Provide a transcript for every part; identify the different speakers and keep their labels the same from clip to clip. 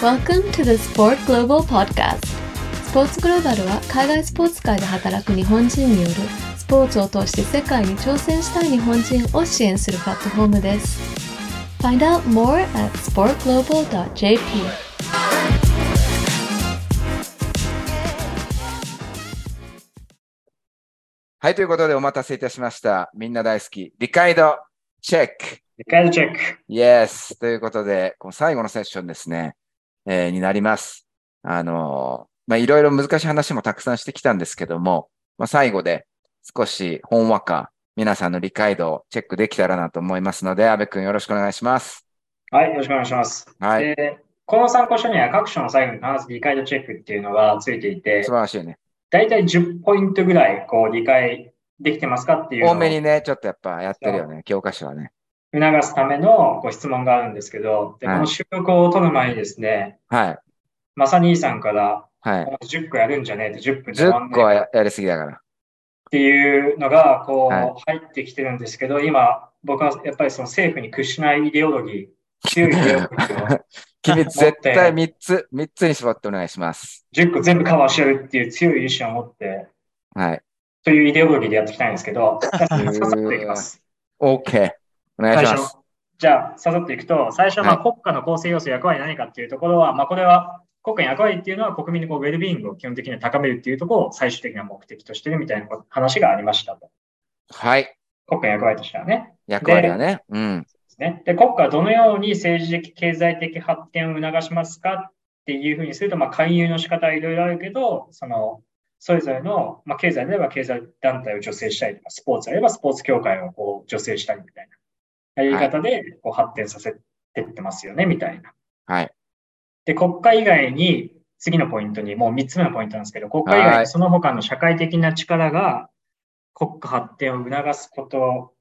Speaker 1: Welcome to the Sport Global Podcast スポーツグローバルは海外スポーツ界で働く日本人によるスポーツを通して世界に挑戦したい日本人を支援するプラットフォームです Find out more at sportglobal.jp
Speaker 2: はい、ということでお待たせいたしました。みんな大好き。理解度チェック。
Speaker 3: 世界のチェック。
Speaker 2: イエスということで、この最後のセッションですね、えーになります。あのーまあ、いろいろ難しい話もたくさんしてきたんですけども、まあ、最後で少しほんわか、皆さんの理解度をチェックできたらなと思いますので、安部君よろしくお願いします。
Speaker 3: はい、よろしくお願いします。
Speaker 2: はい、
Speaker 3: でこの参考書には各種の最後に必ず理解度チェックっていうのがついていて
Speaker 2: 素晴、らしいね。
Speaker 3: だいたい10ポイントぐらいこう理解できてますかっていうの
Speaker 2: 多
Speaker 3: を
Speaker 2: めにね、ちょっとやっぱやってるよね、教科書はね。
Speaker 3: 促すためのご質問があるんですけど、で
Speaker 2: はい
Speaker 3: この収録を取る前にですね、
Speaker 2: はい、
Speaker 3: まさ兄さんから
Speaker 2: はい。
Speaker 3: 10個やるんじゃねえって10分で終わん
Speaker 2: 10
Speaker 3: ね
Speaker 2: 個
Speaker 3: え
Speaker 2: はややりすぎだから。
Speaker 3: っていうのがこう
Speaker 2: は
Speaker 3: 入ってきてるんですけど、今僕はやっぱりその政府に屈しないイデオロギ ー、強いイデオロギーを
Speaker 2: 君、絶対3つ、3つに絞ってお願いします。
Speaker 3: 10個全部カバーしようっていう強い意志を持って、
Speaker 2: はい。
Speaker 3: というイデオロギーでやっていきたいんですけ ど、ささっといきます。
Speaker 2: OK。お願い
Speaker 3: 最
Speaker 2: し
Speaker 3: 初
Speaker 2: ま
Speaker 3: の
Speaker 2: す。
Speaker 3: じゃあ、ささっといくと、最初はまあ
Speaker 2: は
Speaker 3: 国家の構成要素、役割何かっていうところは、まあこれは国家の役割っていうのは国民のこうウェルビーイングを基本的には高めるっていうところを最終的な目的としてるみたいなこと話がありましたと。
Speaker 2: はい。
Speaker 3: 国家の役割としてはね。
Speaker 2: 役割はね。うん。
Speaker 3: ですねで、国家はどのように政治的、経済的発展を促しますかっていうふうにすると、まあ勧誘の仕方はいろいろあるけど、その、それぞれの、まあ、経済であれば経済団体を助成したりとか、スポーツであればスポーツ協会をこう助成したりみたいなやり方でこう発展させてってますよね、みたいな。
Speaker 2: はい。
Speaker 3: で、国家以外に、次のポイントに、もう3つ目のポイントなんですけど、国家以外
Speaker 2: は
Speaker 3: に
Speaker 2: い
Speaker 3: その他の社会的な力が国家発展を促すこと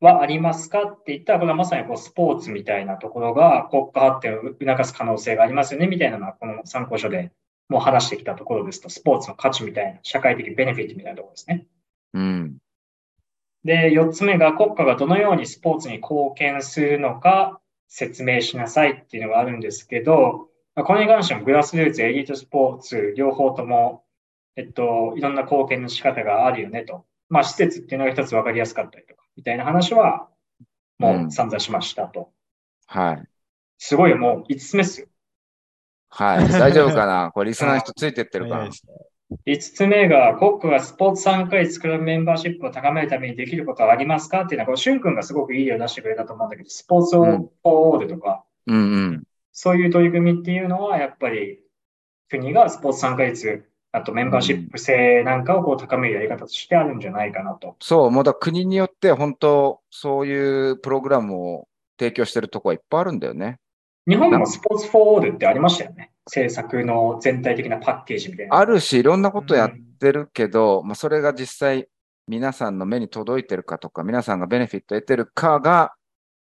Speaker 3: はありますかって言ったら、これはまさにこうスポーツみたいなところが国家発展を促す可能性がありますよね、みたいなのは、この参考書でもう話してきたところですと、スポーツの価値みたいな、社会的ベネフィットみたいなところですね。
Speaker 2: うん。
Speaker 3: で、4つ目が国家がどのようにスポーツに貢献するのか説明しなさいっていうのがあるんですけど、まあこれに関してもグラスルーツ、エリートスポーツ、両方とも、えっと、いろんな貢献の仕方があるよねと。まあ、施設っていうのが一つ分かりやすかったりとか、みたいな話は、
Speaker 2: う
Speaker 3: も
Speaker 2: ん
Speaker 3: う散々しましたと。
Speaker 2: はい。
Speaker 3: すごいもう5つ目っすよ。
Speaker 2: はい。大丈夫かなこれ、リスナーの人ついてってるか
Speaker 4: 早
Speaker 2: ない
Speaker 4: ですね
Speaker 3: 5つ目が、国家がスポーツ参加率クラブメンバーシップを高めるためにできることはありますかっていうのは、これ、しゅんくんがすごくいい例を出してくれたと思うんだけど、スポーツ
Speaker 2: うん
Speaker 3: オールとか、
Speaker 2: うんうん。
Speaker 3: そういう取り組みっていうのは、やっぱり国がスポーツ参加率、あとメンバーシップ制なんかをこう高めるやり方としてあるんじゃないかなと。
Speaker 2: そう、もうだから国によって本当、そういうプログラムを提供してるとこはいっぱいあるんだよね。
Speaker 3: 日本もスポーツフォーオールってありましたよね。政策の全体的なパッケージみたいな。
Speaker 2: あるし、いろんなことやっ
Speaker 3: うん
Speaker 2: てるけど、まあ、それが実際、皆さんの目に届いてるかとか、皆さんがベネフィット得てるかが、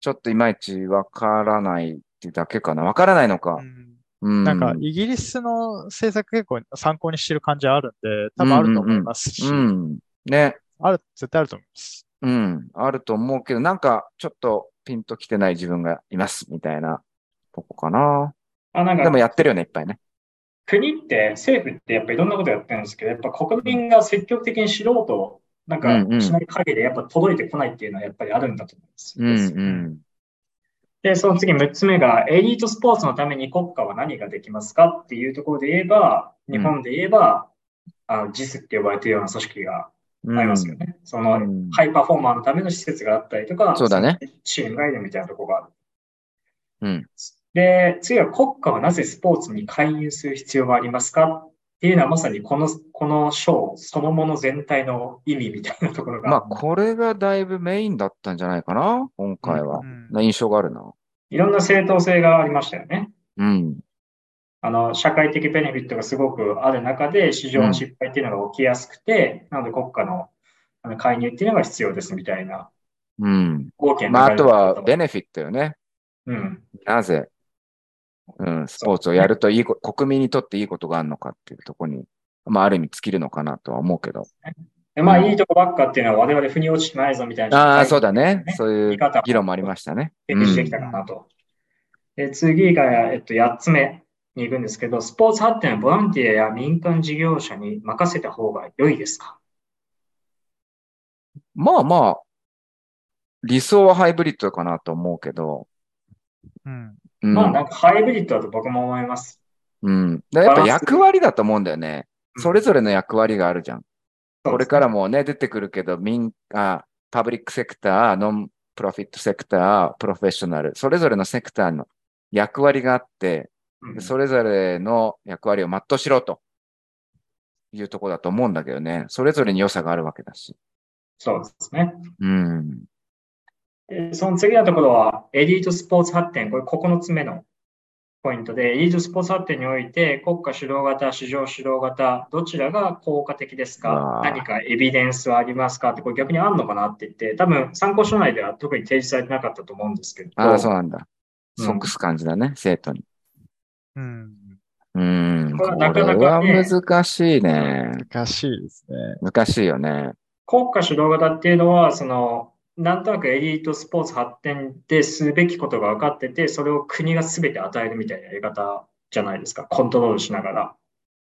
Speaker 2: ちょっといまいちわからないっていうだけかな。わからないのか。うん。
Speaker 4: なんか、イギリスの政策結構参考にしてる感じはあるんで、多分あると思いますし、
Speaker 2: うん。ね。
Speaker 4: ある、絶対あると思います。
Speaker 2: うん、あると思うけど、なんかちょっとピンときてない自分がいますみたいなとこかな。
Speaker 3: あなん
Speaker 2: でも
Speaker 3: か
Speaker 2: やってるよね、いっぱいね。
Speaker 3: 国って、政府ってやっぱいろんなことやってるんですけど、やっぱ国民が積極的に知ろうとなんか
Speaker 2: うんうん
Speaker 3: しない限り、やっぱ届いてこないっていうのはやっぱりあるんだと思います。
Speaker 2: うんうん。
Speaker 3: で、その次6つ目が、エリートスポーツのために国家は何ができますかっていうところで言えば、日本で言えば、あの JIS って呼ばれてるような組織が
Speaker 2: うん
Speaker 3: ありますよね。そうの、
Speaker 2: ん
Speaker 3: ハイパフォーマーのための施設があったりとか、
Speaker 2: そうだね。
Speaker 3: 支援ガイドみたいなところがある。
Speaker 2: うん。
Speaker 3: で、次は国家はなぜスポーツに介入する必要がありますかっていうのはまさにこの、この章そのもの全体の意味みたいなところが、
Speaker 2: まあ、これがだいぶメインだったんじゃないかな、今回は。
Speaker 4: うん
Speaker 2: な印象があるな。
Speaker 3: いろんな正当性がありましたよね。
Speaker 2: うん。
Speaker 3: あの、社会的ベネフィットがすごくある中で、市場の失敗っていうのが起きやすくて、なので国家のあの介入っていうのが必要ですみたいな、
Speaker 2: うん。
Speaker 3: 大きな
Speaker 2: まあ、あ
Speaker 3: 流れ
Speaker 2: と
Speaker 3: だった
Speaker 2: はベネフィットよね。
Speaker 3: うん。
Speaker 2: なぜ、うん、スポーツをやるといいこ、国民にとっていいことがあるのかっていうところに、まあ、ある意味尽きるのかなとは思うけど。
Speaker 3: で、まあ、いいとこばっかっていうのは我々腑に落ちてないぞみたいな。
Speaker 2: ああ、そうだね。そうい
Speaker 3: 見
Speaker 2: う
Speaker 3: 方も
Speaker 2: 議論もありましたね。
Speaker 3: 提示できたかなと。で次が、えっと、8つ目。に行くんですけど、スポーツ発展はボランティアや民間事業者に任せた方が良いですか
Speaker 2: まあまあ、理想はハイブリッドかなと思うけど、
Speaker 4: うん。
Speaker 2: うん。
Speaker 3: まあなんかハイブリッドだと僕も思います。
Speaker 2: うん。だからやっぱ役割だと思うんだよね。それぞれの役割があるじゃん。これからもね、出てくるけど、民、あ、パブリックセクター、ノンプロフィットセクター、プロフェッショナル、それぞれのセクターの役割があって、
Speaker 3: うん、
Speaker 2: でそれぞれの役割を全うしろというとこだと思うんだけどね。それぞれに良さがあるわけだし。
Speaker 3: そうですね。
Speaker 2: うん。
Speaker 3: で、その次のところは、エリートスポーツ発展、これ9つ目のポイントで、エリートスポーツ発展において、国家主導型、市場主導型、どちらが効果的ですか
Speaker 2: あー
Speaker 3: 何かエビデンスはありますかって、これ逆にあんのかなって言って、多分参考書内では特に提示されてなかったと思うんですけど、
Speaker 2: ああ、そうなんだ。
Speaker 3: うん
Speaker 2: 即す感じだね、生徒に。
Speaker 4: うん。
Speaker 2: うん。
Speaker 3: こ
Speaker 2: こ
Speaker 3: れ
Speaker 2: れ
Speaker 3: はなかなかね
Speaker 2: は難しいね。
Speaker 4: 難しいですね。
Speaker 2: 難しいよね。
Speaker 3: 国家主導型っていうのは、その、なんとなくエリートスポーツ発展ですべきことが分かってて、それを国が全て与えるみたいなやり方じゃないですか。コントロールしながら。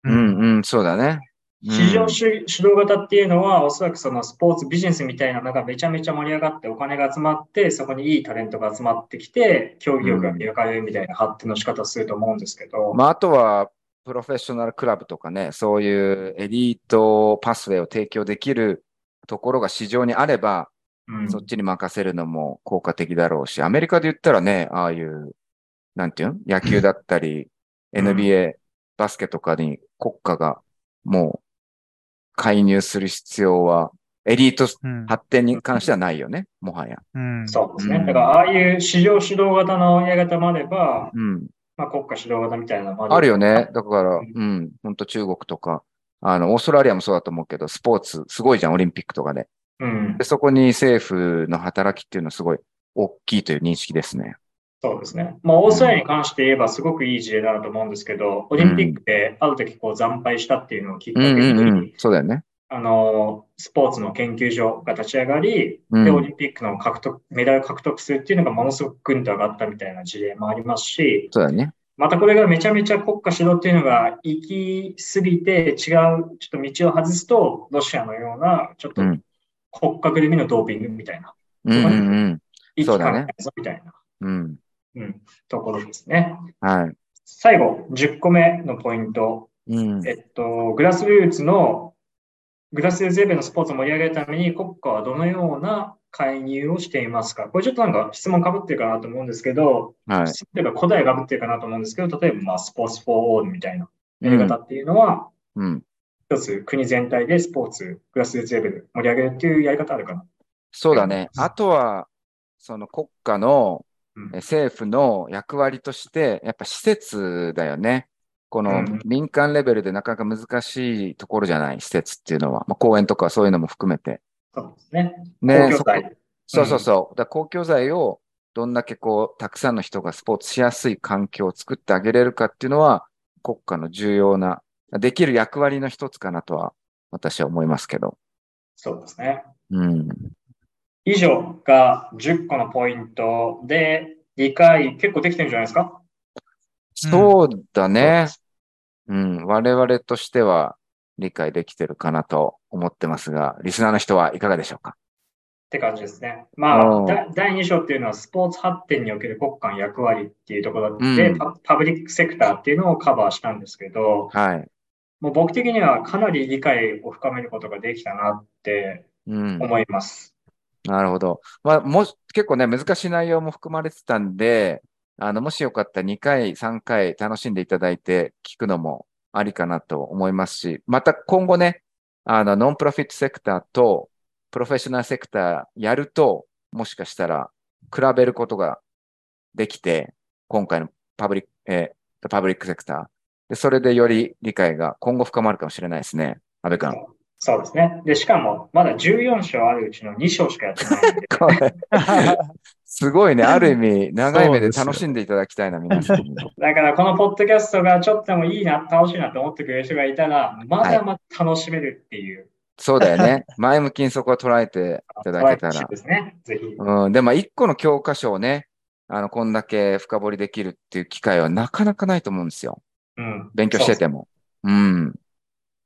Speaker 2: う。んうん、そうだね。うん
Speaker 3: 市場主主導型っていうのは、おそらくそのスポーツビジネスみたいなのがめちゃめちゃ盛り上がってお金が集まって、そこにいいタレントが集まってきて、競技力が磨かれるみたいな発展の仕方をすると思うんですけど、
Speaker 2: まあ、あとは、プロフェッショナルクラブとかね、そういうエリートパスウェイを提供できるところが市場にあれば、
Speaker 3: うん
Speaker 2: そっちに任せるのも効果的だろうし、アメリカで言ったらね、ああいう、なんていうん野球だったり、
Speaker 3: うん
Speaker 2: NBA、バスケとかに国家がもう介入する必要は、エリート
Speaker 4: うん。
Speaker 2: 発展に関してはないよね、もはや。
Speaker 4: うん。
Speaker 3: そうですね。
Speaker 2: うん
Speaker 3: だから、ああいう市場主導型のやり方もあれば、
Speaker 2: うん。
Speaker 3: まあ、国家主導型みたいなのも
Speaker 2: あるよね。
Speaker 3: う
Speaker 2: だから、
Speaker 3: うん
Speaker 2: うん、本当中国とか、あの、オーストラリアもそうだと思うけど、スポーツすごいじゃん、オリンピックとかで。
Speaker 3: ん
Speaker 2: で、。そこに政府の働きっていうのはすごい大きいという認識ですね。
Speaker 3: そうですね。まあ、オーストラリアに関して言えばすごくいい事例だなと思うんですけど、オリンピックである時こう惨敗したっていうのをきっか
Speaker 2: う
Speaker 3: け
Speaker 2: んうんう
Speaker 3: に
Speaker 2: ん、。そうだよね。
Speaker 3: あの、スポーツの研究所が立ち上がり、
Speaker 2: うん
Speaker 3: で、オリンピックの獲得、メダル獲得するっていうのがものすごくグンと上がったみたいな事例もありますし、
Speaker 2: そうだよね。
Speaker 3: またこれがめちゃめちゃ国家主導っていうのが行き過ぎて違う、ちょっと道を外すと、ロシアのような、ちょっと
Speaker 2: うん
Speaker 3: 国家ぐるみのドーピングみたいな、
Speaker 2: うんうんうん。
Speaker 3: 一
Speaker 2: そう
Speaker 3: 気
Speaker 2: だ
Speaker 3: 貫
Speaker 2: ね
Speaker 3: 徹みたいな、
Speaker 2: うん。
Speaker 3: うん、ところですね。
Speaker 2: はい。
Speaker 3: 最後、10個目のポイント、
Speaker 2: うん。
Speaker 3: えっと、グラスルーツの、グラスルーツレベルのスポーツを盛り上げるために国家はどのような介入をしていますかこれちょっとなんか質問かぶってるかなと思うんですけど、
Speaker 2: はい。
Speaker 3: 質問というか答えかぶってるかなと思うんですけど、例えばまあスポーツフォーオールみたいなやり
Speaker 2: うん
Speaker 3: 方っていうのは、
Speaker 2: うん。
Speaker 3: 一つ国全体でスポーツ、グラスルーツレベル盛り上げるっていうやり方あるかな。
Speaker 2: そうだね。あとは、その国家の
Speaker 3: うん
Speaker 2: え政府の役割として、やっぱ施設だよね。こ
Speaker 3: う
Speaker 2: の
Speaker 3: ん
Speaker 2: 民間レベルでなかなか難しいところじゃない、施設っていうのは。まあ、公園とかそういうのも含めて。
Speaker 3: そうですね。
Speaker 2: ね
Speaker 3: 公共財
Speaker 2: そこそうそうそう。だから公共財をどんだけこう、たくさんの人がスポーツしやすい環境を作ってあげれるかっていうのは、国家の重要な、できる役割の一つかなとは、私は思いますけど。
Speaker 3: そうですね。
Speaker 2: うん。
Speaker 3: 以上が10個のポイントで、理解結構できてるんじゃないですか
Speaker 2: そうだね。うん。我々としては理解できてるかなと思ってますが、リスナーの人はいかがでしょうか
Speaker 3: って感じですね。ま
Speaker 2: う
Speaker 3: あ、
Speaker 2: ん
Speaker 3: だ第2章っていうのはスポーツ発展における国家の役割っていうところで、
Speaker 2: うん
Speaker 3: パパブリックセクターっていうのをカバーしたんですけど、
Speaker 2: はい。
Speaker 3: もう僕的にはかなり理解を深めることができたなって
Speaker 2: うん。
Speaker 3: 思います。
Speaker 2: なるほど。まあ、もし、結構ね、難しい内容も含まれてたんで、あの、もしよかったら2回、3回楽しんでいただいて聞くのもありかなと思いますし、また今後ね、あの、ノンプロフィットセクターとプロフェッショナルセクターやると、もしかしたら比べることができて、今回のパブリック、えーパブリックセクター。で、それでより理解が今後深まるかもしれないですね。安部君。
Speaker 3: そうですね。で、しかも、まだ14章あるうちの2章しかやってない んで、
Speaker 2: これす ごいね。ある意味、長い目で楽しんでいただきたいな、皆さんに。
Speaker 3: だからこのポッドキャストがちょっとでもいいな、楽しいなって思ってくれる人がいたら、まだまだ楽しめるっていう、
Speaker 2: そうだよね。前向きにそこは捉えていただけた
Speaker 3: 素晴らしい
Speaker 2: ら。
Speaker 3: ですね。ぜひ。
Speaker 2: うん、でも、一個の教科書をね、あの、こんだけ深掘りできるっていう機会はなかなかないと思うんですよ。
Speaker 3: うん。
Speaker 2: 勉強して
Speaker 3: そう
Speaker 2: ても。うん。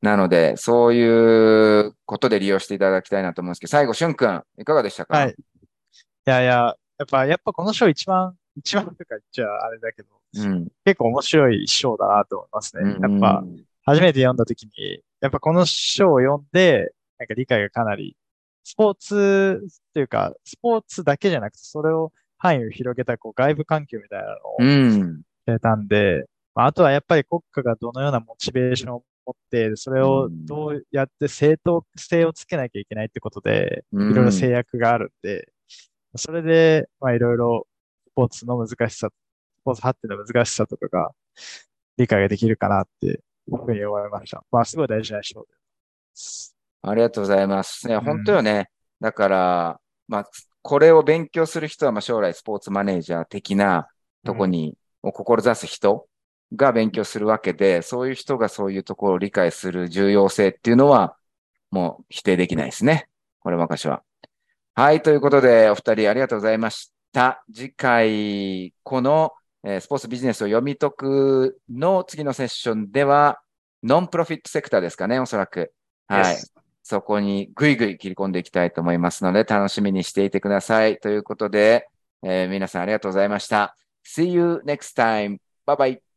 Speaker 2: なので、そういうことで利用していただきたいなと思うんですけど、最後、しゅんくん、いかがでしたか
Speaker 4: はい。いやいや、やっぱ、やっぱこの章一番、一番というか、じゃああれだけど、
Speaker 2: うん。
Speaker 4: 結構面白い章だなと思いますね。やっぱ
Speaker 2: う、ん、
Speaker 4: 初めて読んだ時に、やっぱこの章を読んで、なんか理解がかなり、スポーツっていうか、スポーツだけじゃなくて、それを範囲を広げたこう外部環境みたいなのを
Speaker 2: うん。
Speaker 4: 出たんで、まああとはやっぱり国家がどのようなモチベーションを持って、それを
Speaker 2: うん
Speaker 4: どうやって正当性をつけなきゃいけないってことで、
Speaker 2: いろ
Speaker 4: いろいろ制約があるんで、それで、まあいろいろスポーツの難しさ、スポーツ発展の難しさとかが理解ができるかなって、僕に思いました。まあすごい大事な人です。
Speaker 2: ありがとうございます。ね、
Speaker 4: ん
Speaker 2: 本当よね。だから、まあ、これを勉強する人は、まあ、将来スポーツマネージャー的なとこに、を志す人が勉強するわけで、そういう人がそういうところを理解する重要性っていうのは、もう否定できないですね。こればかしは。はい。ということで、お二人ありがとうございました。次回、この、えースポーツビジネスを読み解くの次のセッションでは、ノンプロフィットセクターですかね、おそらく。はい。
Speaker 3: Yes
Speaker 2: そこにぐいぐい切り込んでいきたいと思いますので、楽しみにしていてください。ということで、えー皆さんありがとうございました。See you next time. Bye bye.